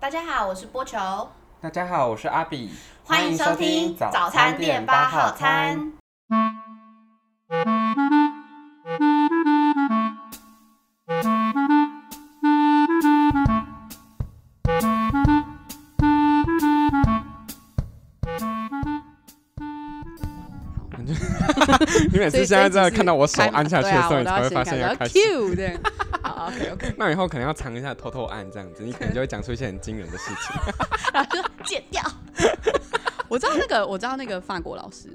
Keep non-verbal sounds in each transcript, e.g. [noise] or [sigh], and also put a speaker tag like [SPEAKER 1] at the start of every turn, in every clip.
[SPEAKER 1] 大家好，我是波球，
[SPEAKER 2] 大家好，我是阿比，
[SPEAKER 1] 欢迎收听早餐店八号餐。。
[SPEAKER 2] 你每
[SPEAKER 3] 所
[SPEAKER 2] 次
[SPEAKER 3] 以
[SPEAKER 2] 现在真的
[SPEAKER 3] 这一集是
[SPEAKER 2] 看到我手
[SPEAKER 3] 开门
[SPEAKER 2] 按下去的时
[SPEAKER 3] 对
[SPEAKER 2] 候，
[SPEAKER 3] 啊
[SPEAKER 2] 你才会发现要
[SPEAKER 3] 我都
[SPEAKER 2] 开
[SPEAKER 3] 要
[SPEAKER 2] 始
[SPEAKER 3] 先。
[SPEAKER 1] 啊
[SPEAKER 3] 看到 Q 这
[SPEAKER 2] [laughs]
[SPEAKER 3] 样。好，OK OK，
[SPEAKER 2] 那以后可能要藏一下，偷偷按这样子，你可能就会讲出一些很惊人的事情。
[SPEAKER 3] 然后就
[SPEAKER 1] 剪掉。
[SPEAKER 3] 我知道那个，我知道那个法国老师，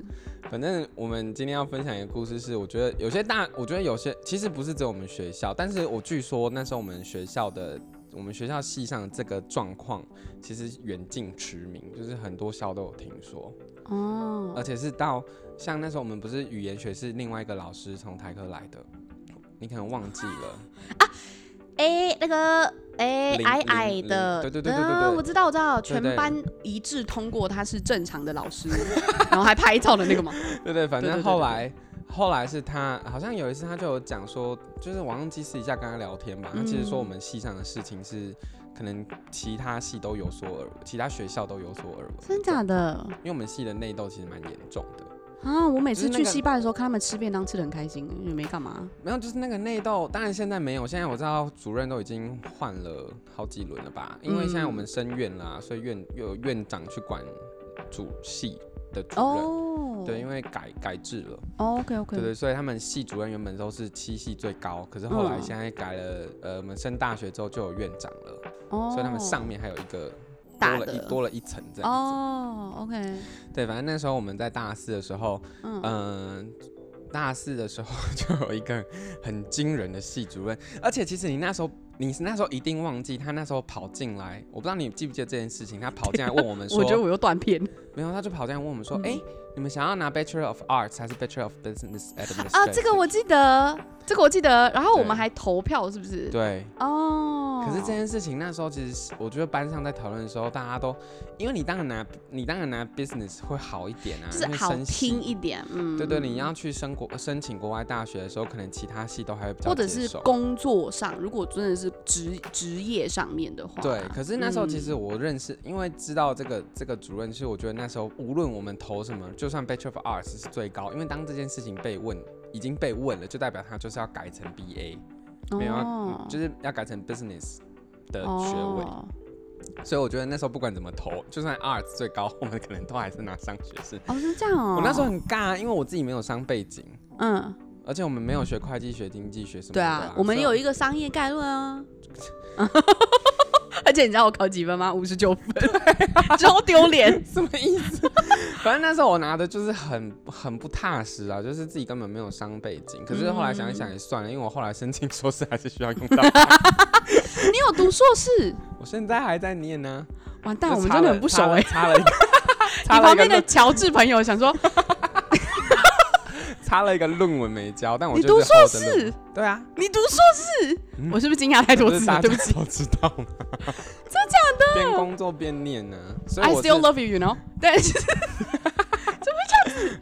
[SPEAKER 2] 反正我们今天要分享一个故事是，我觉得有些大，我觉得有些其实不是只有我们学校，但是我据说那时候我们学校的我们学校系上这个状况其实远近驰名，就是很多校都有听说。
[SPEAKER 3] 哦，
[SPEAKER 2] 而且是到像那时候我们不是语言学是另外一个老师从台科来的，你可能忘记了，
[SPEAKER 3] 哎、那个哎、
[SPEAKER 2] 零
[SPEAKER 3] 矮矮
[SPEAKER 2] 零
[SPEAKER 3] 的，
[SPEAKER 2] 零对对对对
[SPEAKER 3] 嗯
[SPEAKER 2] 对对
[SPEAKER 3] 我知道，我知道，
[SPEAKER 2] 对
[SPEAKER 3] 全
[SPEAKER 2] 对
[SPEAKER 3] 班一致通过他是正常的老师， [laughs] 然后还拍照的那个嘛。
[SPEAKER 2] [laughs] 对对，反
[SPEAKER 3] 对
[SPEAKER 2] 正
[SPEAKER 3] 对对
[SPEAKER 2] 后
[SPEAKER 3] 对
[SPEAKER 2] 来后来是他好像有一次他就有讲说，就是我忘记私底下跟他聊天吧，他其实说
[SPEAKER 3] 嗯
[SPEAKER 2] 我们系上的事情是可能其他系都有所耳，其他学校都有所耳闻，
[SPEAKER 3] [laughs] 真假？的
[SPEAKER 2] 因为我们系的内斗其实蛮严重的，
[SPEAKER 3] 啊！我每
[SPEAKER 2] 就是
[SPEAKER 3] 次
[SPEAKER 2] 那
[SPEAKER 3] 去
[SPEAKER 2] 个
[SPEAKER 3] 戏班的时候，看他们吃便当吃的很开心，因为没干嘛。
[SPEAKER 2] 没有，就是那个内斗，当然现在没有，现在我知道主任都已经换了好几轮了吧？因为现在
[SPEAKER 3] 嗯
[SPEAKER 2] 我们升院啦、所以院有院长去管主系的主任，
[SPEAKER 3] 哦，
[SPEAKER 2] 对，因为改改制了，
[SPEAKER 3] o k
[SPEAKER 2] 对
[SPEAKER 3] OK，
[SPEAKER 2] 对，所以他们系主任原本都是七系最高，可是后来
[SPEAKER 3] 嗯
[SPEAKER 2] 现在改了，呃，我们升大学之后就有院长了，
[SPEAKER 3] 哦，
[SPEAKER 2] 所以他们上面还有一个
[SPEAKER 3] 大
[SPEAKER 2] 多了一
[SPEAKER 3] 的
[SPEAKER 2] 多了一层这样子。
[SPEAKER 3] 哦，OK，
[SPEAKER 2] 对，反正那时候我们在大四的时候，
[SPEAKER 3] 嗯，
[SPEAKER 2] 嗯，大四的时候 [laughs] 就有一个很惊人的系主任，而且其实你那时候，你那时候一定忘记，他那时候跑进来，我不知道你记不记得这件事情，他跑进来问我
[SPEAKER 3] [laughs]
[SPEAKER 2] 们说，
[SPEAKER 3] 我觉得嗯我又断片
[SPEAKER 2] 没有，他就跑进来问我们说，哎、你们想要拿 Bachelor of Arts 还是 Bachelor of Business Administration？
[SPEAKER 3] 啊，这个我记得，这个我记得，然后我们
[SPEAKER 2] 对
[SPEAKER 3] 还投票，是不是？
[SPEAKER 2] 对。
[SPEAKER 3] 哦，
[SPEAKER 2] 可是这件事情那时候其实是我觉得班上在讨论的时候，大家都因为你当然拿你当然拿 business 会好一点啊，
[SPEAKER 3] 就是
[SPEAKER 2] 因为
[SPEAKER 3] 好
[SPEAKER 2] 升息
[SPEAKER 3] 听一点，嗯，
[SPEAKER 2] 对对，你要去申国申请国外大学的时候，可能其他系都还会比较
[SPEAKER 3] 或者
[SPEAKER 2] 接
[SPEAKER 3] 是
[SPEAKER 2] 受
[SPEAKER 3] 工作上，如果真的是职职业上面的话，
[SPEAKER 2] 对，可是那时候其
[SPEAKER 3] 嗯
[SPEAKER 2] 实我认识，因为知道这个这个主任，是我觉得那时候无论我们投什么，就算 Bachelor of Arts 是最高，因为当这件事情被问，已经被问了，就代表他就是要改成 BA，、没有要
[SPEAKER 3] 哦
[SPEAKER 2] 嗯就是要改成 Business 的学位。
[SPEAKER 3] 哦
[SPEAKER 2] 所以我觉得那时候不管怎么投，就算 Arts 最高，我们可能都还是拿商学士。
[SPEAKER 3] 哦，是这样哦。
[SPEAKER 2] 我那时候很尬，因为我自己没有商背景，
[SPEAKER 3] 嗯，
[SPEAKER 2] 而且我们没有学会计、学经济、学什么
[SPEAKER 3] 对
[SPEAKER 2] 的、
[SPEAKER 3] 啊，我们
[SPEAKER 2] 所以
[SPEAKER 3] 有一个商业概论啊。 [laughs] 而且你知道我考几分吗？五十九分， [laughs] 超丢脸。
[SPEAKER 2] [laughs] 什么意思？ [laughs] 反正那时候我拿的就是很很不踏实啊，就是自己根本没有商背景。可是后来想一想也算了，因为我后来申请硕士还是需要用
[SPEAKER 3] [laughs]
[SPEAKER 2] 到。
[SPEAKER 3] 你有读硕士？
[SPEAKER 2] 我现在还在念呢、
[SPEAKER 3] 完蛋，
[SPEAKER 2] 但
[SPEAKER 3] 我们真的很不熟哎、
[SPEAKER 2] 插了一个，
[SPEAKER 3] 你
[SPEAKER 2] 插了
[SPEAKER 3] 旁
[SPEAKER 2] 一个 [laughs]
[SPEAKER 3] 边的
[SPEAKER 2] 论，
[SPEAKER 3] 乔治朋友想说，
[SPEAKER 2] 插了一个论文没交， [laughs] 但我
[SPEAKER 3] 你
[SPEAKER 2] 就是
[SPEAKER 3] 读硕
[SPEAKER 2] hold 着论
[SPEAKER 3] 士，
[SPEAKER 2] 对啊，
[SPEAKER 3] 你读硕士，我是不是惊讶太多
[SPEAKER 2] 不
[SPEAKER 3] 次
[SPEAKER 2] 嗯是
[SPEAKER 3] 了？
[SPEAKER 2] 大
[SPEAKER 3] 对不
[SPEAKER 2] 家
[SPEAKER 3] 起
[SPEAKER 2] 都知道吗？真的假的？边工作边念呢、所以
[SPEAKER 3] ，I
[SPEAKER 2] 我是
[SPEAKER 3] still love you，you know。但是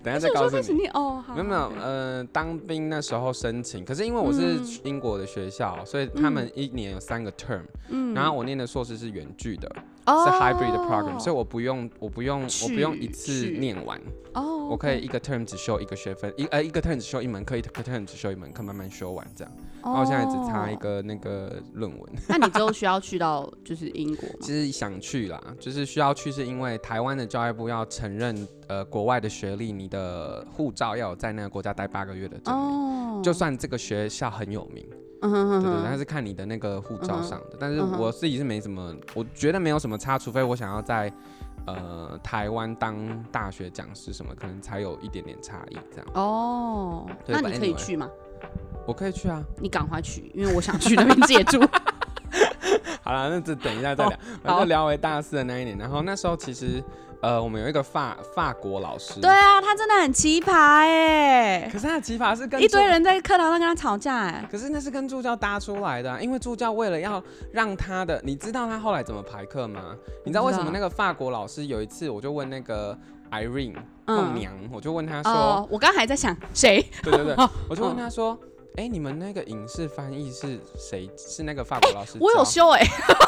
[SPEAKER 2] 等一下
[SPEAKER 3] 是
[SPEAKER 2] 再
[SPEAKER 3] 我
[SPEAKER 2] 告
[SPEAKER 3] 说
[SPEAKER 2] 诉
[SPEAKER 3] 开始
[SPEAKER 2] 你。
[SPEAKER 3] 念哦，好，
[SPEAKER 2] 没有没有
[SPEAKER 3] 好，
[SPEAKER 2] 呃，当兵那时候申请，可是因为我是
[SPEAKER 3] 嗯
[SPEAKER 2] 英国的学校，所以他们一年有三个 term，
[SPEAKER 3] 嗯
[SPEAKER 2] 然后我念的硕士是远距的，
[SPEAKER 3] 哦
[SPEAKER 2] 呃是 hybrid 的 program，、所以我不用我不用我不用一
[SPEAKER 3] 去
[SPEAKER 2] 次
[SPEAKER 3] 去
[SPEAKER 2] 念完，
[SPEAKER 3] 哦，
[SPEAKER 2] 我可以一个 term 只修一个学分，一呃一个 term 只修一门课，一个 term 只修一门课，慢慢修完这样。然
[SPEAKER 3] 哦。
[SPEAKER 2] 后现在只差一个那个论文，
[SPEAKER 3] [laughs] 那你之后需要去到就是英国吗？
[SPEAKER 2] 其实想去啦，就是需要去是因为台湾的教育部要承认呃国外的学历，你的护照要有在那个国家待八个月的证明。
[SPEAKER 3] [laughs] 哦，
[SPEAKER 2] 就算这个学校很有名，
[SPEAKER 3] 嗯哼哼
[SPEAKER 2] 对对对，
[SPEAKER 3] 哼
[SPEAKER 2] 它是看你的那个护照
[SPEAKER 3] 嗯哼
[SPEAKER 2] 上的。但是
[SPEAKER 3] 嗯哼
[SPEAKER 2] 我自己是没什么，我觉得没有什么差，除非我想要在呃台湾当大学讲师什么，可能才有一点点差异这样。
[SPEAKER 3] 哦，
[SPEAKER 2] 对
[SPEAKER 3] 那
[SPEAKER 2] ，but
[SPEAKER 3] 你可以
[SPEAKER 2] anyway
[SPEAKER 3] 去吗？
[SPEAKER 2] 我可以去啊。
[SPEAKER 3] 你赶快去，因为我想去那边
[SPEAKER 2] [laughs]
[SPEAKER 3] 借住。
[SPEAKER 2] 嗯好了，那这等一下再聊。然后聊回大四的那一年，然后那时候其实呃，我们有一个法法国老师，
[SPEAKER 3] 对，啊，他真的很奇葩哎
[SPEAKER 2] 可，是他的技法是跟
[SPEAKER 3] 一堆
[SPEAKER 2] 助。
[SPEAKER 3] 人在课堂上跟他吵架哎。
[SPEAKER 2] 可是那是跟助教搭出来的啊、因为助教为了要让他的，你知道他后来怎么排课吗？你知道为什么那个法国老师有一次，我就问那个 Irene 凤
[SPEAKER 3] 嗯，
[SPEAKER 2] 娘，我就问他说，
[SPEAKER 3] 哦，我刚还在想谁
[SPEAKER 2] 对
[SPEAKER 3] [laughs]
[SPEAKER 2] 对对，我就问他说，哎、你们那个影视翻译是谁？是那个法国老师、
[SPEAKER 3] [laughs] 我有，修哎，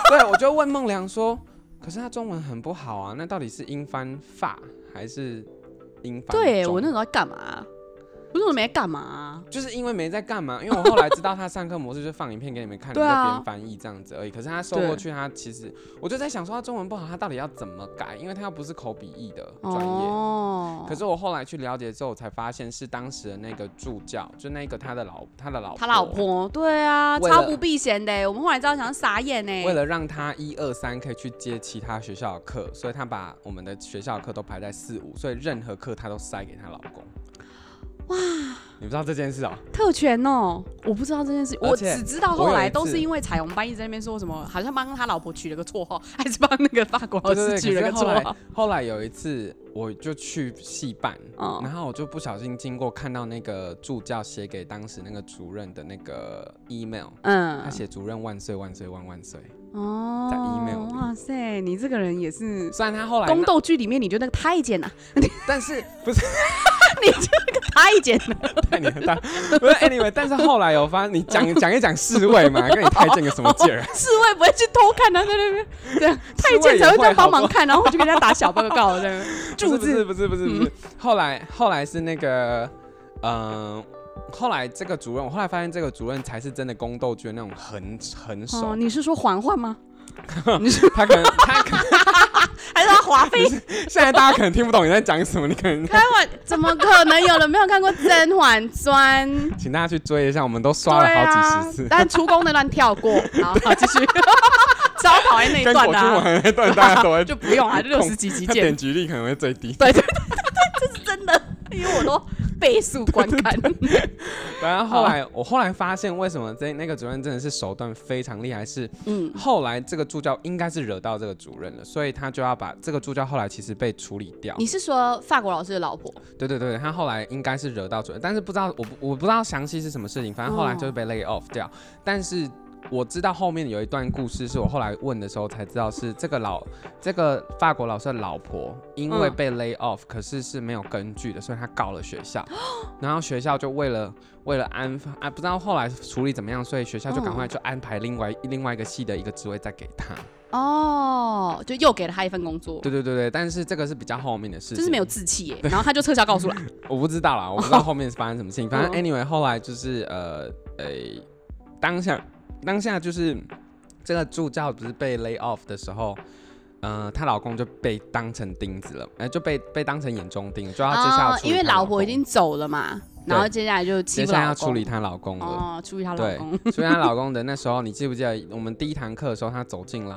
[SPEAKER 2] 对，我就问梦良说，可是他中文很不好啊，那到底是英翻法还是英翻中？
[SPEAKER 3] 对我那时候在干嘛啊？我那时候没在干嘛啊？
[SPEAKER 2] 就是因为没在干嘛，因为我后来知道他上课模式就放影片给你们看，你
[SPEAKER 3] 对
[SPEAKER 2] 们
[SPEAKER 3] 啊
[SPEAKER 2] 就边翻译这样子而已。可是他收过去，他其实我就在想说，他中文不好，他到底要怎么改？因为他又不是口笔译的专业。
[SPEAKER 3] 哦
[SPEAKER 2] 可，是我后来去了解之后，我才发现是当时的那个助教，就那个他的老他的老
[SPEAKER 3] 他老婆对啊，
[SPEAKER 2] 为了
[SPEAKER 3] 超不避嫌的欸。我们后来知道，想傻眼呢。
[SPEAKER 2] 为了让他一二三可以去接其他学校的课，所以他把我们的学校的课都排在四五，所以任何课他都塞给她老公。哇，你不知道这件事哦、
[SPEAKER 3] 特权哦，我不知道这件事，
[SPEAKER 2] 而
[SPEAKER 3] 我
[SPEAKER 2] 且
[SPEAKER 3] 只知道
[SPEAKER 2] 我
[SPEAKER 3] 后
[SPEAKER 2] 有
[SPEAKER 3] 来
[SPEAKER 2] 一
[SPEAKER 3] 都
[SPEAKER 2] 次
[SPEAKER 3] 是因为彩虹班一直在那边说什么，好像帮他老婆取了个绰号，还是帮那个法国老
[SPEAKER 2] 对对对，
[SPEAKER 3] 师取了
[SPEAKER 2] 可
[SPEAKER 3] 个
[SPEAKER 2] 是后
[SPEAKER 3] 绰
[SPEAKER 2] 来
[SPEAKER 3] 号。
[SPEAKER 2] 后来有一次，我就去戏办，
[SPEAKER 3] 嗯
[SPEAKER 2] 然后我就不小心经过看到那个助教写给当时那个主任的那个 email，他
[SPEAKER 3] 嗯，
[SPEAKER 2] 写主任万岁万岁万万岁。
[SPEAKER 3] 哦
[SPEAKER 2] 在 email 里
[SPEAKER 3] 哇塞，你这个人也是
[SPEAKER 2] 虽然他后来
[SPEAKER 3] 宫斗剧里面你就那个太监啊呐、
[SPEAKER 2] 但是不是
[SPEAKER 3] 太监呐、
[SPEAKER 2] [laughs] 太年代，不是 anyway，但是后来有发现你
[SPEAKER 3] [laughs]
[SPEAKER 2] 讲讲一讲侍卫嘛，跟你太监有什么劲儿啊？
[SPEAKER 3] 侍卫不会去偷看他在那边，对啊，太监才会这样帮
[SPEAKER 2] [laughs]
[SPEAKER 3] 忙看，然后我就跟人家打小报告这样。柱
[SPEAKER 2] 不是
[SPEAKER 3] 子
[SPEAKER 2] 不是不是不是不是，
[SPEAKER 3] 嗯
[SPEAKER 2] 后来后来是那个，嗯、后来这个主任，我后来发现这个主任才是真的宫斗剧的那种狠狠手
[SPEAKER 3] 哦，，你是说嬛嬛吗？
[SPEAKER 2] 他可能他可
[SPEAKER 3] 还是他华妃？ [laughs]
[SPEAKER 2] 现在大家可能听不懂你在讲什么，你可能
[SPEAKER 3] 开玩，怎么可能有人没有看过《甄嬛传》？
[SPEAKER 2] 请大家去追一下，我们都刷了好几十
[SPEAKER 3] 对啊
[SPEAKER 2] 次，
[SPEAKER 3] 但出宫那段跳过，
[SPEAKER 2] [laughs]
[SPEAKER 3] 好，好继续，超讨厌那一
[SPEAKER 2] 跟
[SPEAKER 3] 段
[SPEAKER 2] 果
[SPEAKER 3] 的、
[SPEAKER 2] 郡
[SPEAKER 3] 啊，
[SPEAKER 2] 王那段大家都会 [laughs]
[SPEAKER 3] 就不用啊，就六十几集
[SPEAKER 2] 他
[SPEAKER 3] 见
[SPEAKER 2] 点，击率可能会最低。
[SPEAKER 3] 对对对对，这是真的，因为我都倍速观看，
[SPEAKER 2] 然后后来我后来发现，为什么这那个主任真的是手段非常厉害，是
[SPEAKER 3] 嗯，
[SPEAKER 2] 后来这个助教应该是惹到这个主任了，所以他就要把这个助教后来其实被处理掉。
[SPEAKER 3] 你是说法国老师的老婆？
[SPEAKER 2] 对对对，他后来应该是惹到主任，但是不知道我不我不知道详细是什么事情，反正后来就是被 lay off 掉。但是我知道后面有一段故事，是我后来问的时候才知道，是这个老这个法国老师的老婆因为
[SPEAKER 3] 嗯
[SPEAKER 2] 被 lay off，、可是是没有根据的，所以他告了学校，然后学校就为了为了安啊不知道后来处理怎么样，所以学校就
[SPEAKER 3] 嗯
[SPEAKER 2] 赶快就安排另外、另外一个系的一个职位再给他。
[SPEAKER 3] 哦，就又给了他一份工作，
[SPEAKER 2] 对对对对，但是这个是比较后面的事情，
[SPEAKER 3] 就是没有志气耶，然后他就撤销告诉了，
[SPEAKER 2] 我不知道
[SPEAKER 3] [laughs]
[SPEAKER 2] 啦，我不知道后面是发生什么事情。反正
[SPEAKER 3] 嗯
[SPEAKER 2] anyway，后来就是呃呃，当下当下就是这个助教不是被 lay off 的时候，呃，她老公就被当成钉子了，哎、就被被当成眼中钉，就要接下来、
[SPEAKER 3] 哦，因为老婆已经走了嘛，然后接下来就欺
[SPEAKER 2] 接
[SPEAKER 3] 负
[SPEAKER 2] 下来
[SPEAKER 3] 老
[SPEAKER 2] 要处理
[SPEAKER 3] 公，
[SPEAKER 2] 她老公了。
[SPEAKER 3] 哦，处理她老
[SPEAKER 2] 对
[SPEAKER 3] 公， [laughs]
[SPEAKER 2] 所以她老公的那时候，你记不记得我们第一堂课的时候，她走进来，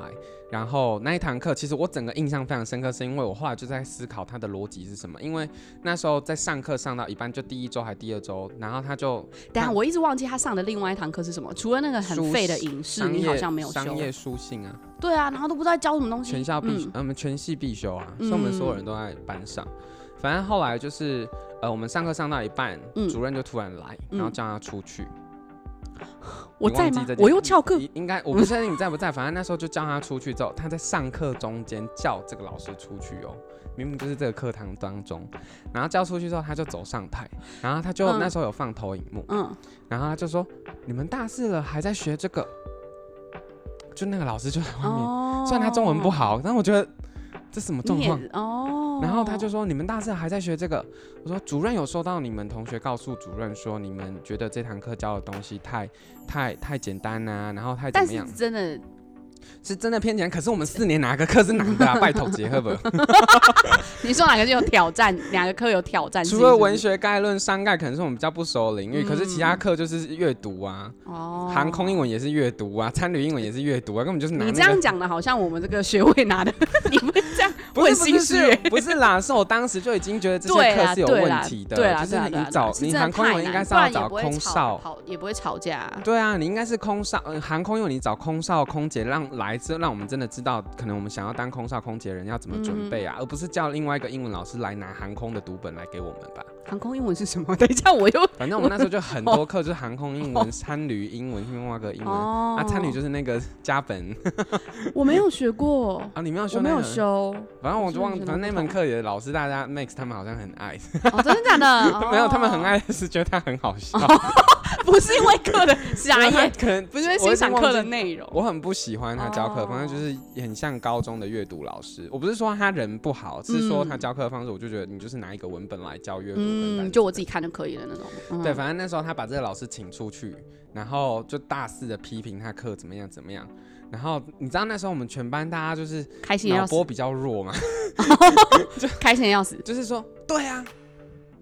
[SPEAKER 2] 然后那一堂课，其实我整个印象非常深刻，是因为我后来就在思考她的逻辑是什么。因为那时候在上课上到一半，就第一周还第二周，然后她就
[SPEAKER 3] 等一下，我一直忘记他上的另外一堂课是什么，除了那个很废的影视，
[SPEAKER 2] 商
[SPEAKER 3] 你
[SPEAKER 2] 业
[SPEAKER 3] 好像没有修。
[SPEAKER 2] 商业书信啊，
[SPEAKER 3] 对啊，然后都不知道教什么东西。
[SPEAKER 2] 全校必修
[SPEAKER 3] 嗯，
[SPEAKER 2] 呃我们、全系必修啊，所以我们所有人都在班上。反正后来就是，呃，我们上课上到一半，
[SPEAKER 3] 嗯
[SPEAKER 2] 主任就突然来，
[SPEAKER 3] 嗯
[SPEAKER 2] 然后叫他出去。
[SPEAKER 3] 我
[SPEAKER 2] 你
[SPEAKER 3] 在
[SPEAKER 2] 忘记
[SPEAKER 3] 吗
[SPEAKER 2] 这？件
[SPEAKER 3] 我又翘课
[SPEAKER 2] 你应该我不确定你在不在，反正那时候就叫他出去之后，他在上课中间叫这个老师出去哦，明明就是这个课堂当中，然后叫出去之后，他就走上台，然后他就、
[SPEAKER 3] 嗯
[SPEAKER 2] 那时候有放投影幕，
[SPEAKER 3] 嗯，
[SPEAKER 2] 然后他就说：“你们大四了还在学这个？”就那个老师就在外面，
[SPEAKER 3] 哦
[SPEAKER 2] [laughs] 虽然他中文不，好，但我觉得这什么状
[SPEAKER 3] 你也
[SPEAKER 2] 况？
[SPEAKER 3] 哦。
[SPEAKER 2] 然后他就说：“你们大四还在学这个？”我说：“主任有收到你们同学告诉主任说，你们觉得这堂课教的东西太、太、太简单呐、然后太怎
[SPEAKER 3] 但
[SPEAKER 2] 么
[SPEAKER 3] 是
[SPEAKER 2] 样？
[SPEAKER 3] 真的，
[SPEAKER 2] 是真的偏简单。可是我们四年哪个课是难
[SPEAKER 3] [laughs]
[SPEAKER 2] 的啊？拜托结合吧，
[SPEAKER 3] 你说哪个就有挑战，哪个课有挑战性？
[SPEAKER 2] 除了
[SPEAKER 3] 是不是
[SPEAKER 2] 文学概论、商概，可能是我们比较不熟的领域，可是其他课就是阅读啊，
[SPEAKER 3] 哦，
[SPEAKER 2] 航空。英文也是阅读啊，餐旅英文也是阅读啊，根本就是拿
[SPEAKER 3] 你
[SPEAKER 2] 那
[SPEAKER 3] 这
[SPEAKER 2] 个
[SPEAKER 3] 样讲的，好像我们这个学位 [laughs] 拿的，你们这样
[SPEAKER 2] 不是
[SPEAKER 3] 问
[SPEAKER 2] 不
[SPEAKER 3] 心
[SPEAKER 2] 是
[SPEAKER 3] 虚耶
[SPEAKER 2] 是，不是啦，是我当时就已经觉得这
[SPEAKER 3] 对
[SPEAKER 2] 些课
[SPEAKER 3] 啦，
[SPEAKER 2] 是有
[SPEAKER 3] 对啦
[SPEAKER 2] 问题，的，
[SPEAKER 3] 对啦，
[SPEAKER 2] 就
[SPEAKER 3] 对
[SPEAKER 2] 是
[SPEAKER 3] 啦
[SPEAKER 2] 你
[SPEAKER 3] 对啦啊
[SPEAKER 2] 找
[SPEAKER 3] 是
[SPEAKER 2] 你
[SPEAKER 3] 真的
[SPEAKER 2] 航空
[SPEAKER 3] 太
[SPEAKER 2] 文应
[SPEAKER 3] 难
[SPEAKER 2] 该是
[SPEAKER 3] 不
[SPEAKER 2] 要
[SPEAKER 3] 然也
[SPEAKER 2] 找
[SPEAKER 3] 不会
[SPEAKER 2] 空
[SPEAKER 3] 吵
[SPEAKER 2] 少，
[SPEAKER 3] 跑也不会吵架啊。
[SPEAKER 2] 对啊，你应该是空少，呃、航空用你找空少空姐让来这，让我们真的知道，可能我们想要当空少空姐的人要怎么准备
[SPEAKER 3] 嗯
[SPEAKER 2] 啊，而不是叫另外一个英文老师来拿航空的读本来给我们吧。
[SPEAKER 3] 航空英文是什么？ [laughs] 等一下我又
[SPEAKER 2] 反正我们那时候就很多课就是航空英文、餐旅英文、另外一个英文。
[SPEAKER 3] 哦
[SPEAKER 2] 啊，餐旅就是那个加 [laughs] 本
[SPEAKER 3] 我没有学过，
[SPEAKER 2] 啊，你没有修
[SPEAKER 3] 我
[SPEAKER 2] 那
[SPEAKER 3] 没
[SPEAKER 2] 个？
[SPEAKER 3] 有修。
[SPEAKER 2] 反正我就忘，
[SPEAKER 3] 我真的
[SPEAKER 2] 反正那
[SPEAKER 3] 不
[SPEAKER 2] 门
[SPEAKER 3] 懂
[SPEAKER 2] 课也老师大家 Max 他们好像很爱，？
[SPEAKER 3] 哦，真的假
[SPEAKER 2] [laughs]
[SPEAKER 3] 的
[SPEAKER 2] 没有，他们很
[SPEAKER 3] 哦，
[SPEAKER 2] 爱是觉得他很好
[SPEAKER 3] [laughs]
[SPEAKER 2] 笑。
[SPEAKER 3] 不是因为课的傻
[SPEAKER 2] 因为他 [laughs]
[SPEAKER 3] 眼，
[SPEAKER 2] 可能
[SPEAKER 3] 不是因为欣赏课的内容。哦
[SPEAKER 2] 我很不喜欢他，他教课的方式就是很像高中的阅读老师。我不是说他人不好，是说他教课的方式，我就觉得你就是拿一个文本来教阅读跟单
[SPEAKER 3] 嗯，
[SPEAKER 2] 词
[SPEAKER 3] 就我自己看就可以了那种。嗯
[SPEAKER 2] 对，，反正那时候他把这个老师请出去，然后就大肆的批评他课怎么样怎么样。然后你知道那时候我们全班大家就是
[SPEAKER 3] 开心的
[SPEAKER 2] 脑
[SPEAKER 3] 要死，
[SPEAKER 2] 波比较弱嘛， [laughs]
[SPEAKER 3] 开心的要死。
[SPEAKER 2] 就是说对啊，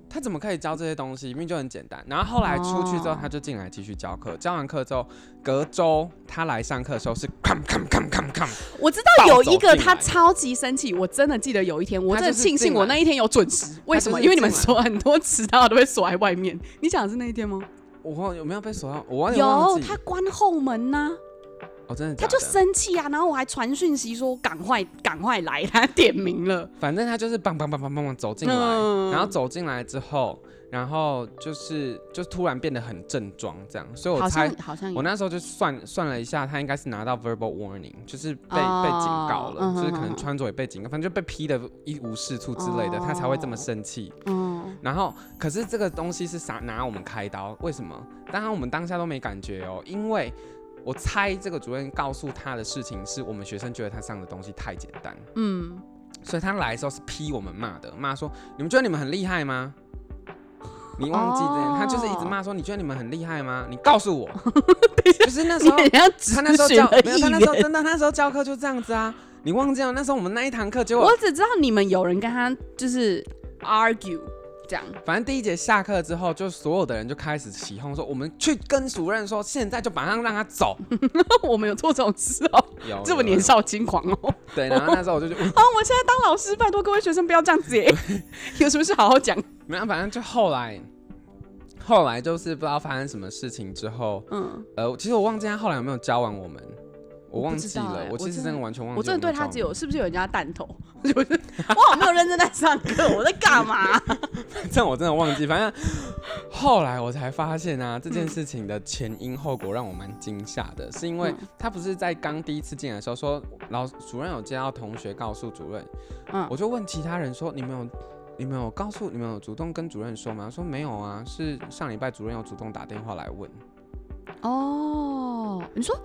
[SPEAKER 2] 他怎么可以教这些东西？明明就很简单。然后后来出去之后，
[SPEAKER 3] 哦
[SPEAKER 2] 他就进来继续教课。教完课之后，隔周他来上课的时候是咔咔咔咔咔，
[SPEAKER 3] 我知道有一
[SPEAKER 2] 暴走
[SPEAKER 3] 个
[SPEAKER 2] 进来
[SPEAKER 3] 他超级生气，我真的记得有一天，我真的庆幸我那一天有准时。为什么？
[SPEAKER 2] 进来
[SPEAKER 3] 因为你们说很多迟到都被锁在外面。你讲的是那一天吗？
[SPEAKER 2] 我忘有没有被锁到？我忘点忘
[SPEAKER 3] 有，
[SPEAKER 2] 记
[SPEAKER 3] 他。关后门呐、
[SPEAKER 2] 哦，真的假
[SPEAKER 3] 他
[SPEAKER 2] 的
[SPEAKER 3] 就生气啊，然后我还传讯息说赶快赶快来，他点名了。
[SPEAKER 2] 反正他就是棒棒棒棒棒棒走进来，
[SPEAKER 3] 嗯
[SPEAKER 2] 然后走进来之后，然后就是就突然变得很正装这样，所以我
[SPEAKER 3] 好
[SPEAKER 2] 猜
[SPEAKER 3] 像好像有
[SPEAKER 2] 我那时候就算算了一下，他应该是拿到 verbal warning，就是被、
[SPEAKER 3] 哦
[SPEAKER 2] 被警告了，
[SPEAKER 3] 嗯哼
[SPEAKER 2] 就是可
[SPEAKER 3] 哼
[SPEAKER 2] 能
[SPEAKER 3] 哼
[SPEAKER 2] 穿着也被警告，反正就被批的一无是处之类的，
[SPEAKER 3] 哦
[SPEAKER 2] 他才会这么生气。
[SPEAKER 3] 嗯
[SPEAKER 2] 然后可是这个东西是啥拿我们开刀？为什么？当然我们当下都没感觉哦，因为。我猜这个主任告诉他的事情是我们学生觉得他上的东西太简单，
[SPEAKER 3] 嗯，
[SPEAKER 2] 所以他来的时候是批我们骂的，骂说你们觉得你们很厉害吗？你忘记这
[SPEAKER 3] 哦
[SPEAKER 2] 他就是一直骂说你觉得你们很厉害吗？你告诉
[SPEAKER 3] [laughs]
[SPEAKER 2] 我，就是那时
[SPEAKER 3] 你 [laughs]
[SPEAKER 2] 候
[SPEAKER 3] 很像
[SPEAKER 2] 哦他那时候
[SPEAKER 3] 咨询
[SPEAKER 2] 教没
[SPEAKER 3] 的
[SPEAKER 2] 有他那
[SPEAKER 3] 议
[SPEAKER 2] 时候
[SPEAKER 3] 员。
[SPEAKER 2] 真的他那时候教课就这样子啊，你忘记了那时候我们那一堂课结果
[SPEAKER 3] 我只知道你们有人跟他就是 argue 这样， [laughs]
[SPEAKER 2] 反正第一节下课之后，就所有的人就开始起哄说我们去跟主任说现在就马上让他
[SPEAKER 3] [laughs]
[SPEAKER 2] 走，
[SPEAKER 3] 我们有做这种事哦，
[SPEAKER 2] 有
[SPEAKER 3] 这么
[SPEAKER 2] 有
[SPEAKER 3] 年
[SPEAKER 2] 有
[SPEAKER 3] 少轻狂哦。
[SPEAKER 2] 对，然后那时候我就觉得
[SPEAKER 3] 啊，我现在当老师，拜托各位学生不要这样
[SPEAKER 2] [laughs]
[SPEAKER 3] 子耶，有什么事好好讲。
[SPEAKER 2] 没有，反正就后来，后来就是不知道发生什么事情之后，
[SPEAKER 3] 嗯，
[SPEAKER 2] 呃，其实我忘记他后来有没有教完我们，我
[SPEAKER 3] 我不
[SPEAKER 2] 忘
[SPEAKER 3] 知
[SPEAKER 2] 记
[SPEAKER 3] 道
[SPEAKER 2] 了，
[SPEAKER 3] 欸
[SPEAKER 2] 我
[SPEAKER 3] 我
[SPEAKER 2] 其实
[SPEAKER 3] 真
[SPEAKER 2] 真的
[SPEAKER 3] 的
[SPEAKER 2] 完全忘记。
[SPEAKER 3] 我真的对
[SPEAKER 2] [laughs]
[SPEAKER 3] 他只有，是不是有人家弹头？就是我好没有认真在上课，我在
[SPEAKER 2] [laughs]
[SPEAKER 3] 干嘛？
[SPEAKER 2] 这样我真的忘记。反正后来我才发现啊，这
[SPEAKER 3] 嗯
[SPEAKER 2] 件事情的前因后果让我蛮惊吓的，是因为
[SPEAKER 3] 嗯
[SPEAKER 2] 他不是在刚第一次进来的时候说，老主任有接到同学告诉主任，
[SPEAKER 3] 嗯
[SPEAKER 2] 我就问其他人说，你们有你们有告诉你们有主动跟主任说吗？说没有啊，是上礼拜主任有主动打电话来问。
[SPEAKER 3] 哦，你说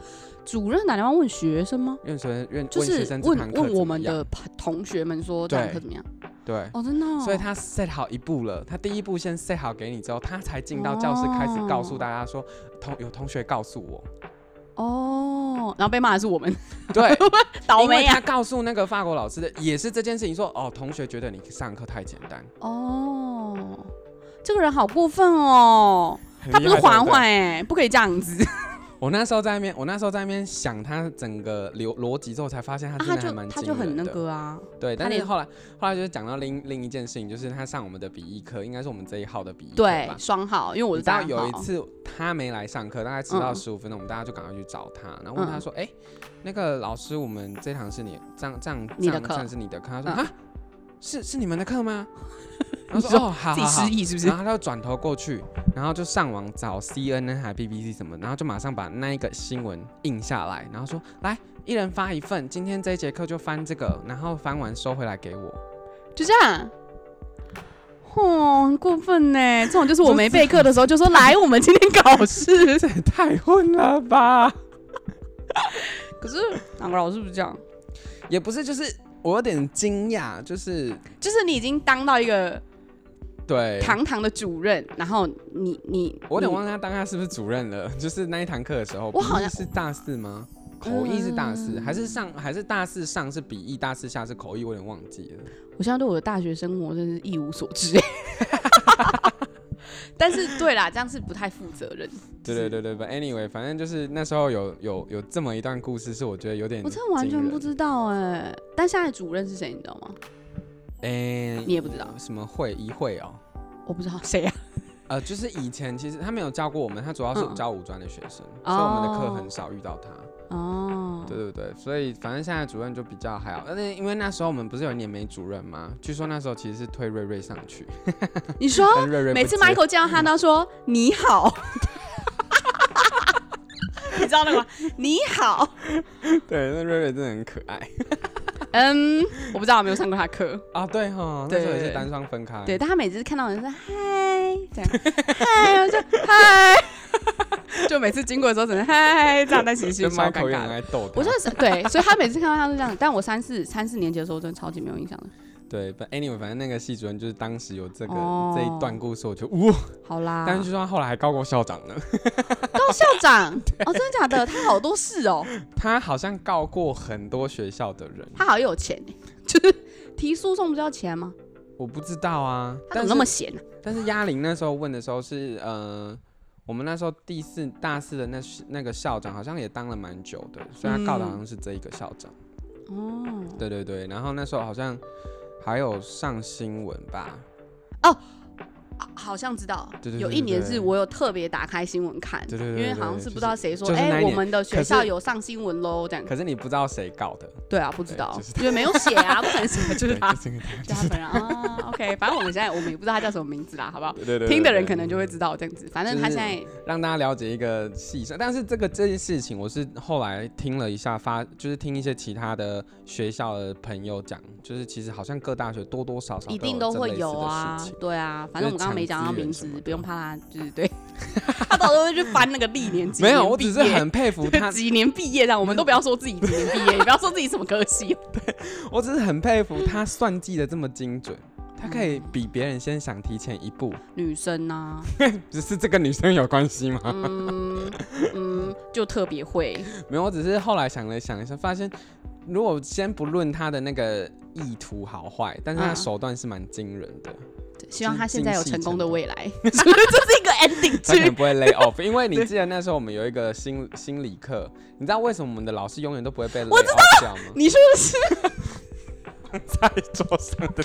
[SPEAKER 3] 主任打电话问学生吗？
[SPEAKER 2] 愿学生愿
[SPEAKER 3] 就
[SPEAKER 2] 问学
[SPEAKER 3] 是
[SPEAKER 2] 生这堂
[SPEAKER 3] 问
[SPEAKER 2] 课
[SPEAKER 3] 问
[SPEAKER 2] 怎
[SPEAKER 3] 我
[SPEAKER 2] 么
[SPEAKER 3] 们
[SPEAKER 2] 样
[SPEAKER 3] 的同学们说这堂课怎么样？
[SPEAKER 2] 对，
[SPEAKER 3] 哦，真的哦、
[SPEAKER 2] 所以他 set 好一步了，他第一步先 set 好给你之后，他才进到教室开始告诉大家说，同有同学告诉
[SPEAKER 3] [laughs]
[SPEAKER 2] 我，
[SPEAKER 3] 哦，然后被骂的是我们
[SPEAKER 2] 对，
[SPEAKER 3] 倒
[SPEAKER 2] 因为
[SPEAKER 3] 霉
[SPEAKER 2] 他
[SPEAKER 3] 啊！
[SPEAKER 2] 告诉那个法国老师的也是这件事情说，哦，同学觉得你上课太简单，
[SPEAKER 3] 哦，这个人好过分哦，
[SPEAKER 2] 很
[SPEAKER 3] 他不
[SPEAKER 2] 厉
[SPEAKER 3] 是
[SPEAKER 2] 害对
[SPEAKER 3] 嬛。
[SPEAKER 2] 不对
[SPEAKER 3] 嬛哎，不可以这样子。
[SPEAKER 2] 我那时候在那边，我那时候在那边想他整个流逻辑之后，才发现他
[SPEAKER 3] 啊
[SPEAKER 2] 真
[SPEAKER 3] 他
[SPEAKER 2] 的还
[SPEAKER 3] 就
[SPEAKER 2] 蛮
[SPEAKER 3] 他
[SPEAKER 2] 惊
[SPEAKER 3] 就很
[SPEAKER 2] 人
[SPEAKER 3] 那
[SPEAKER 2] 的。
[SPEAKER 3] 个啊，
[SPEAKER 2] 对，
[SPEAKER 3] 他
[SPEAKER 2] 但是
[SPEAKER 3] 连
[SPEAKER 2] 后来后来就是讲到另另一件事情，就是他上我们的笔译课，应该是我们这一号的笔译课
[SPEAKER 3] 对
[SPEAKER 2] 吧，
[SPEAKER 3] 双号，因为我
[SPEAKER 2] 你
[SPEAKER 3] 是
[SPEAKER 2] 知道
[SPEAKER 3] 单
[SPEAKER 2] 有一
[SPEAKER 3] 号
[SPEAKER 2] 次他没来上课，大概迟到
[SPEAKER 3] 嗯
[SPEAKER 2] 十五分钟，我们大家就赶快去找他，然后问他
[SPEAKER 3] 嗯
[SPEAKER 2] 说：“哎、那个老师，我们这堂是你这样这样
[SPEAKER 3] 你
[SPEAKER 2] 这
[SPEAKER 3] 的
[SPEAKER 2] 样
[SPEAKER 3] 课
[SPEAKER 2] 算是你的课？”他说：“
[SPEAKER 3] 嗯
[SPEAKER 2] 啊、是是你们的课吗？”
[SPEAKER 3] [laughs]
[SPEAKER 2] 然后
[SPEAKER 3] 你
[SPEAKER 2] 说：“
[SPEAKER 3] 说
[SPEAKER 2] 哦，好
[SPEAKER 3] 自
[SPEAKER 2] 好
[SPEAKER 3] 己
[SPEAKER 2] 好
[SPEAKER 3] 失。忆是不”是
[SPEAKER 2] 然？后他就转头过去，然后就上网找 CNN 还 BBC 什么，然后就马上把那一个新闻印下来，然后说：“来，一人发一份，今天这一节课就翻这个，然后翻完收回来给
[SPEAKER 3] [laughs]
[SPEAKER 2] 我。”
[SPEAKER 3] 就这样。哦，很过分呢！这种就是我没备课的时候就说来，我们今天搞
[SPEAKER 2] [laughs]
[SPEAKER 3] 事。
[SPEAKER 2] 这也太混了吧！
[SPEAKER 3] 可 [laughs] 是哪个老师不是这样？
[SPEAKER 2] 也不是，就是我有点惊讶，就是
[SPEAKER 3] 就是你已经当到一个
[SPEAKER 2] 对，
[SPEAKER 3] 堂堂的主任，然后你你
[SPEAKER 2] 我有点
[SPEAKER 3] 你
[SPEAKER 2] 忘记他当下是不是主任了， [laughs] 就是那一堂课的时候，
[SPEAKER 3] 我好
[SPEAKER 2] 笔
[SPEAKER 3] 像嗯
[SPEAKER 2] 译是大四吗？口译是大四，还是上还是大四上是笔译，大四下是口译，我有点忘记了。
[SPEAKER 3] 我现在对我的大学生活真是一无所知。 [laughs] 但是对啦，这样是不太负责任。
[SPEAKER 2] 对对对对对，anyway，反正就是那时候有有有这么一段故事，是我觉得有点
[SPEAKER 3] 我真的完全不
[SPEAKER 2] 道，
[SPEAKER 3] 知道哎、但现在主任是谁，你知道吗？
[SPEAKER 2] 哎、
[SPEAKER 3] 你也不知道，
[SPEAKER 2] 什么会一会哦，
[SPEAKER 3] 我不知道
[SPEAKER 2] [laughs]
[SPEAKER 3] 谁呀、啊
[SPEAKER 2] 呃，就是以前其实他没有教过我们，他主要是
[SPEAKER 3] 嗯
[SPEAKER 2] 教五专的学生，所以我们的课
[SPEAKER 3] 哦
[SPEAKER 2] 很少遇到他。
[SPEAKER 3] 哦，
[SPEAKER 2] 对对对，所以反正现在主任就比较还好，而且因为那时候我们不是有一年没主任吗？据说那时候其实是推瑞瑞上去，
[SPEAKER 3] 你说
[SPEAKER 2] 但瑞瑞不
[SPEAKER 3] 每
[SPEAKER 2] 接
[SPEAKER 3] 次
[SPEAKER 2] 嗯
[SPEAKER 3] Michael 见到他都要说你好，
[SPEAKER 2] [laughs]
[SPEAKER 3] 你知道那个吗？你好，
[SPEAKER 2] 对，那瑞瑞真的很可爱
[SPEAKER 3] 嗯，我不知道，我没有上过他课。
[SPEAKER 2] 啊，对哈，那
[SPEAKER 3] 对
[SPEAKER 2] 时候也是单双分开， [laughs]
[SPEAKER 3] 对，但他每次看到人说嗨，这样嗨，我就嗨，就每次经过的时候，只能嗨这样，但其实
[SPEAKER 2] 跟
[SPEAKER 3] 超尴
[SPEAKER 2] Michael 一
[SPEAKER 3] 尬
[SPEAKER 2] 样
[SPEAKER 3] 的。
[SPEAKER 2] 爱逗他 [laughs]
[SPEAKER 3] 我真的是对，所以他每次看到他都这样。但我三四三四年级的时候，我真的超级没有印象的。
[SPEAKER 2] 对，but anyway，反正那个系主任就是当时有这个、啊
[SPEAKER 3] 哦
[SPEAKER 2] 这一段故事，我就呜，
[SPEAKER 3] 好啦，
[SPEAKER 2] 但是就说他后来还告过校长呢，
[SPEAKER 3] 高校长哦，真的假的？他好多事哦，
[SPEAKER 2] 他好像告过很多学校的人，
[SPEAKER 3] 他好有钱耶，就是提诉讼不是要钱吗？
[SPEAKER 2] 我不知道啊，
[SPEAKER 3] 他怎
[SPEAKER 2] 但
[SPEAKER 3] 么
[SPEAKER 2] 是
[SPEAKER 3] 那么闲呢、
[SPEAKER 2] 但是嘉玲那时候问的时候是，呃，我们那时候第四大四的那那个校长好像也当了蛮久的，所以他告的好像是这一个校长。
[SPEAKER 3] 哦，
[SPEAKER 2] 对对对，然后那时候好像还有上新闻吧，
[SPEAKER 3] 啊好像知道，
[SPEAKER 2] 对对对
[SPEAKER 3] 有一年是我有特别打开新闻看，
[SPEAKER 2] 对对对对
[SPEAKER 3] 因为好像是
[SPEAKER 2] 对
[SPEAKER 3] 不知道谁说，
[SPEAKER 2] 就
[SPEAKER 3] 哎、
[SPEAKER 2] 是那一年
[SPEAKER 3] 我们的学
[SPEAKER 2] 可
[SPEAKER 3] 校
[SPEAKER 2] 是
[SPEAKER 3] 有上新闻喽，这样。
[SPEAKER 2] 可是你不知道谁告的，[laughs]
[SPEAKER 3] 对啊，不知道
[SPEAKER 2] 对就，
[SPEAKER 3] 因为没有写
[SPEAKER 2] [laughs]
[SPEAKER 3] 啊，不可能写，就是
[SPEAKER 2] 对，
[SPEAKER 3] 他，
[SPEAKER 2] 就
[SPEAKER 3] 就是
[SPEAKER 2] 那个
[SPEAKER 3] 他本人
[SPEAKER 2] [laughs]
[SPEAKER 3] 啊。OK，反正我们现在我们也不知道他叫什么名字啦，好不好？
[SPEAKER 2] 对对对，
[SPEAKER 3] 听的人
[SPEAKER 2] 对哦
[SPEAKER 3] 可能就会知道这样子，反正他现在
[SPEAKER 2] 让大家了解一个细项。但是这个这件事情，我是后来听了一下，发就是听一些其他的学校的朋友讲，就是其实好像各大学多多少少
[SPEAKER 3] 一定
[SPEAKER 2] 都
[SPEAKER 3] 都会有
[SPEAKER 2] 啊
[SPEAKER 3] 啊。，对啊，反正我们刚刚没讲到
[SPEAKER 2] 就是抢资
[SPEAKER 3] 名字
[SPEAKER 2] 源什么，的啊
[SPEAKER 3] 不用
[SPEAKER 2] [laughs]
[SPEAKER 3] 怕他，就是对，他到时候会去翻那个历年几
[SPEAKER 2] 没
[SPEAKER 3] 年
[SPEAKER 2] 有，我
[SPEAKER 3] 毕
[SPEAKER 2] 只
[SPEAKER 3] 业
[SPEAKER 2] 是很佩服他，
[SPEAKER 3] 几年毕业这样，我们都不要说自己几年毕业，也不要说自己什么科系，
[SPEAKER 2] 我只是很佩服他算计的这么精准，他可以比别人先想提前一步，
[SPEAKER 3] 女生啊，
[SPEAKER 2] 只是这跟女生有关系吗？
[SPEAKER 3] 嗯嗯，就特别会，
[SPEAKER 2] [laughs] 没有，我只是后来想了想一下，发现如果先不论他的那个意图好坏，但是他
[SPEAKER 3] 嗯
[SPEAKER 2] 手段是蛮惊人的，
[SPEAKER 3] 希望她现在有成功的未来， [laughs] 这是一个
[SPEAKER 2] 他可
[SPEAKER 3] ending
[SPEAKER 2] 能
[SPEAKER 3] 剧。
[SPEAKER 2] [laughs] 不会 lay off，因为你记得那时候我们有一个心心理课，你知道为什么我们的老师永远都不会被 lay off 掉 [laughs] 吗？
[SPEAKER 3] 你是不是
[SPEAKER 2] 在桌上的，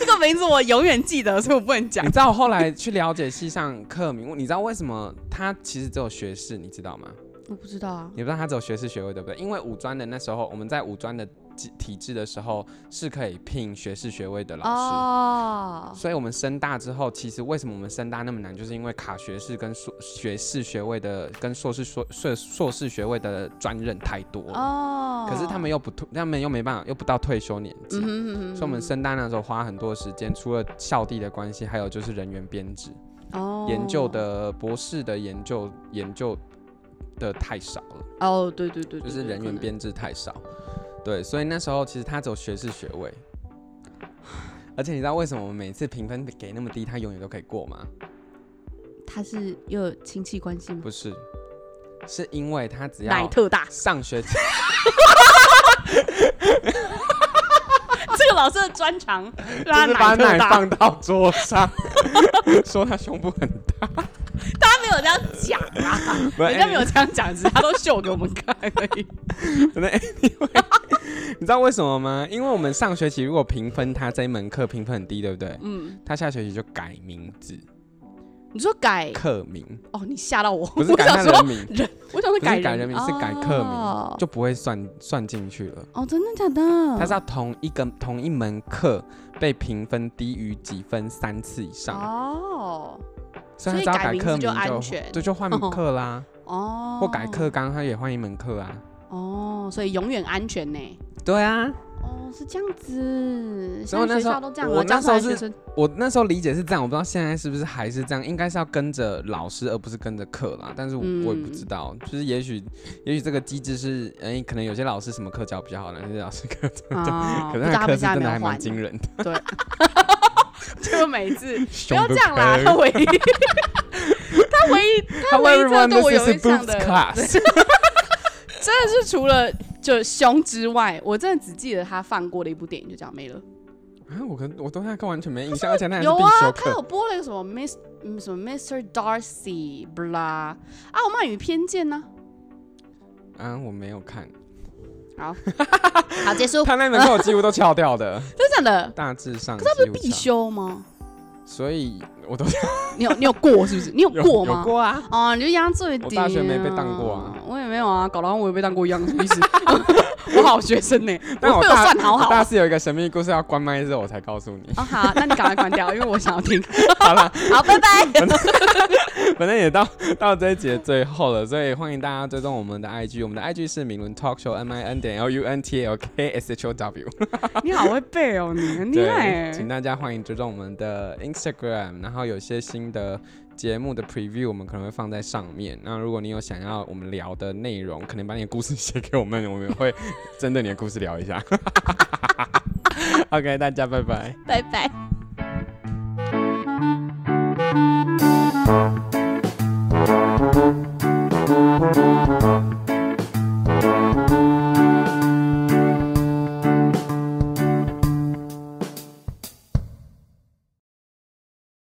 [SPEAKER 3] 这个名字我永远记得，所以我不能讲
[SPEAKER 2] 你。知道我后来去了解系上课名，你知道为什么他其实只有学士，你知道吗？
[SPEAKER 3] 我不知道啊，
[SPEAKER 2] 你不知道他只有学士学位对不对？因为五专的那时候，我们在五专的体体制的时候是可以聘学士学位的老师。
[SPEAKER 3] 哦，
[SPEAKER 2] 所以，我们升大之后，其实为什么我们升大那么难，就是因为卡学士跟硕学士学位的跟硕士硕硕硕士学位的专任太多了。
[SPEAKER 3] 哦，
[SPEAKER 2] 可是他们又不退，他们又没办法，又不到退休年纪，
[SPEAKER 3] 嗯哼，嗯哼
[SPEAKER 2] 所以我们升大那时候花很多时间，除了校地的关系，还有就是人员编制，
[SPEAKER 3] 哦
[SPEAKER 2] 研究的博士的研究研究的太少了。
[SPEAKER 3] 哦，对对对，对
[SPEAKER 2] 就是
[SPEAKER 3] 对
[SPEAKER 2] 人
[SPEAKER 3] 可
[SPEAKER 2] 员
[SPEAKER 3] 能
[SPEAKER 2] 编制太少，对，所以那时候其实他只有学士学位， [sighs] 而且你知道为什么我们每次评分给那么低，他永远都可以过吗？
[SPEAKER 3] 他是又有亲戚关系吗？
[SPEAKER 2] 不是，是因为他只
[SPEAKER 3] 奶
[SPEAKER 2] 要
[SPEAKER 3] 特大，
[SPEAKER 2] 上
[SPEAKER 3] [laughs]
[SPEAKER 2] 学期，
[SPEAKER 3] 这个老师的专长让
[SPEAKER 2] 就是
[SPEAKER 3] 他
[SPEAKER 2] 把
[SPEAKER 3] 奶特
[SPEAKER 2] 奶
[SPEAKER 3] 大，
[SPEAKER 2] 放到桌上， [laughs] 说他胸部很大，
[SPEAKER 3] 他没有这样讲啦。
[SPEAKER 2] [laughs] 不是
[SPEAKER 3] [laughs] 人家没有这样讲，只是他都秀给我们看而已。
[SPEAKER 2] 真的 anyway，你 [laughs] 知道为什么吗？因为我们上学期如果评分他这一门课评分很低，对不对？
[SPEAKER 3] 嗯，
[SPEAKER 2] 他下学期就改名字，
[SPEAKER 3] [laughs] 你说改
[SPEAKER 2] 课名
[SPEAKER 3] 哦，你吓到我，
[SPEAKER 2] 不是
[SPEAKER 3] 我
[SPEAKER 2] 改他
[SPEAKER 3] 想
[SPEAKER 2] 人
[SPEAKER 3] 说
[SPEAKER 2] 名。
[SPEAKER 3] 人，我想
[SPEAKER 2] 不
[SPEAKER 3] 说
[SPEAKER 2] 是
[SPEAKER 3] 改
[SPEAKER 2] 改人名，是改课
[SPEAKER 3] 哦
[SPEAKER 2] 名，就不会算算进去了。
[SPEAKER 3] 哦，真的假的？
[SPEAKER 2] 它是要同一个同一门课被评分低于几分三次以上，
[SPEAKER 3] 哦
[SPEAKER 2] 所以它
[SPEAKER 3] 所以
[SPEAKER 2] 只要
[SPEAKER 3] 改名字
[SPEAKER 2] 课名
[SPEAKER 3] 就安全
[SPEAKER 2] 对，就换课啦，
[SPEAKER 3] 哦，
[SPEAKER 2] 或改课纲，它也换一门课啊。
[SPEAKER 3] 哦，所以永远安全呢。
[SPEAKER 2] 对啊，
[SPEAKER 3] 哦，是这样子，
[SPEAKER 2] 所以我
[SPEAKER 3] 现
[SPEAKER 2] 那
[SPEAKER 3] 在学
[SPEAKER 2] 时候
[SPEAKER 3] 校都这样
[SPEAKER 2] 我
[SPEAKER 3] 了，
[SPEAKER 2] 那
[SPEAKER 3] 教
[SPEAKER 2] 时候
[SPEAKER 3] 出来的
[SPEAKER 2] 是
[SPEAKER 3] 学
[SPEAKER 2] [laughs]
[SPEAKER 3] 生
[SPEAKER 2] 我那时候理解是这样，我不知道现在是不是还是这样，应该是要跟着老师，而不是跟着课啦。但是我
[SPEAKER 3] 嗯
[SPEAKER 2] 我也不知道，就是也许也许这个机制是，哎，可能有些老师什么课教比较好，有些老师课，
[SPEAKER 3] 啊，
[SPEAKER 2] 可
[SPEAKER 3] 不
[SPEAKER 2] 是
[SPEAKER 3] 知道
[SPEAKER 2] 他课
[SPEAKER 3] 他们
[SPEAKER 2] 是
[SPEAKER 3] 现
[SPEAKER 2] 真
[SPEAKER 3] 在有
[SPEAKER 2] 的
[SPEAKER 3] 没
[SPEAKER 2] 还蛮
[SPEAKER 3] 有换， [laughs]
[SPEAKER 2] 惊人的。 [laughs]
[SPEAKER 3] 就每次不
[SPEAKER 2] 不
[SPEAKER 3] 要这样啦，他唯一
[SPEAKER 2] [laughs]
[SPEAKER 3] 他唯一他
[SPEAKER 2] Hello
[SPEAKER 3] 唯一真的
[SPEAKER 2] everyone,
[SPEAKER 3] 对我
[SPEAKER 2] this
[SPEAKER 3] 有
[SPEAKER 2] is
[SPEAKER 3] 印象
[SPEAKER 2] Boobs
[SPEAKER 3] 的，
[SPEAKER 2] Class 。
[SPEAKER 3] [laughs] 真的是除了就胸之外，我真的只记得他放过的一部电影，就这样没了。
[SPEAKER 2] 啊，我可能我对那个完全没印象，而且那还是
[SPEAKER 3] 有
[SPEAKER 2] 必
[SPEAKER 3] 啊，
[SPEAKER 2] 修
[SPEAKER 3] 他有
[SPEAKER 2] 课。
[SPEAKER 3] 播了一个什么 Miss 嗯什么 Mr. Darcy blah 啊，傲慢与偏见呢、
[SPEAKER 2] 啊，我没有看，
[SPEAKER 3] 好，结束，
[SPEAKER 2] 他那门课我几乎都翘掉
[SPEAKER 3] [laughs]
[SPEAKER 2] 的，
[SPEAKER 3] 真的假的？
[SPEAKER 2] 大致上。
[SPEAKER 3] 可
[SPEAKER 2] 可
[SPEAKER 3] 是他不是必，修吗？
[SPEAKER 2] 所以我都
[SPEAKER 3] 你有你有过是不是？你有
[SPEAKER 2] 有
[SPEAKER 3] 过
[SPEAKER 2] 有
[SPEAKER 3] 吗？
[SPEAKER 2] 过啊。
[SPEAKER 3] 哦，你就压最低、
[SPEAKER 2] 我大学没被当过啊，
[SPEAKER 3] 我也没有啊，搞得好像我也被当过一样，什么意思？ [laughs] 我好学生呢、
[SPEAKER 2] [laughs] 但
[SPEAKER 3] 我
[SPEAKER 2] 我
[SPEAKER 3] 被我
[SPEAKER 2] 大
[SPEAKER 3] 算好好
[SPEAKER 2] 我大四有一个神秘故事要关麦之后我才告
[SPEAKER 3] [laughs]
[SPEAKER 2] 诉你。
[SPEAKER 3] 哦，好，那你赶快关掉，因为我想要听。
[SPEAKER 2] 好了，
[SPEAKER 3] 好，
[SPEAKER 2] [laughs]
[SPEAKER 3] 拜拜。
[SPEAKER 2] 反正也到到这一集的最后了，所以欢迎大家追踪我们的 IG，我们的 IG 是名伦 Talk Show M I N 点 L U N T L K S H O W。
[SPEAKER 3] 你好会背哦，你很厉害
[SPEAKER 2] 对，
[SPEAKER 3] 欸
[SPEAKER 2] 请大家欢迎追踪我们的 Instagram，然后有些新的节目的 preview 我们可能会放在上面。那如果你有想要我们聊的内容，可能把你的故事写给我们，我们会 [laughs] 针对你的故事聊一下。OK，大家拜拜。
[SPEAKER 3] 拜拜。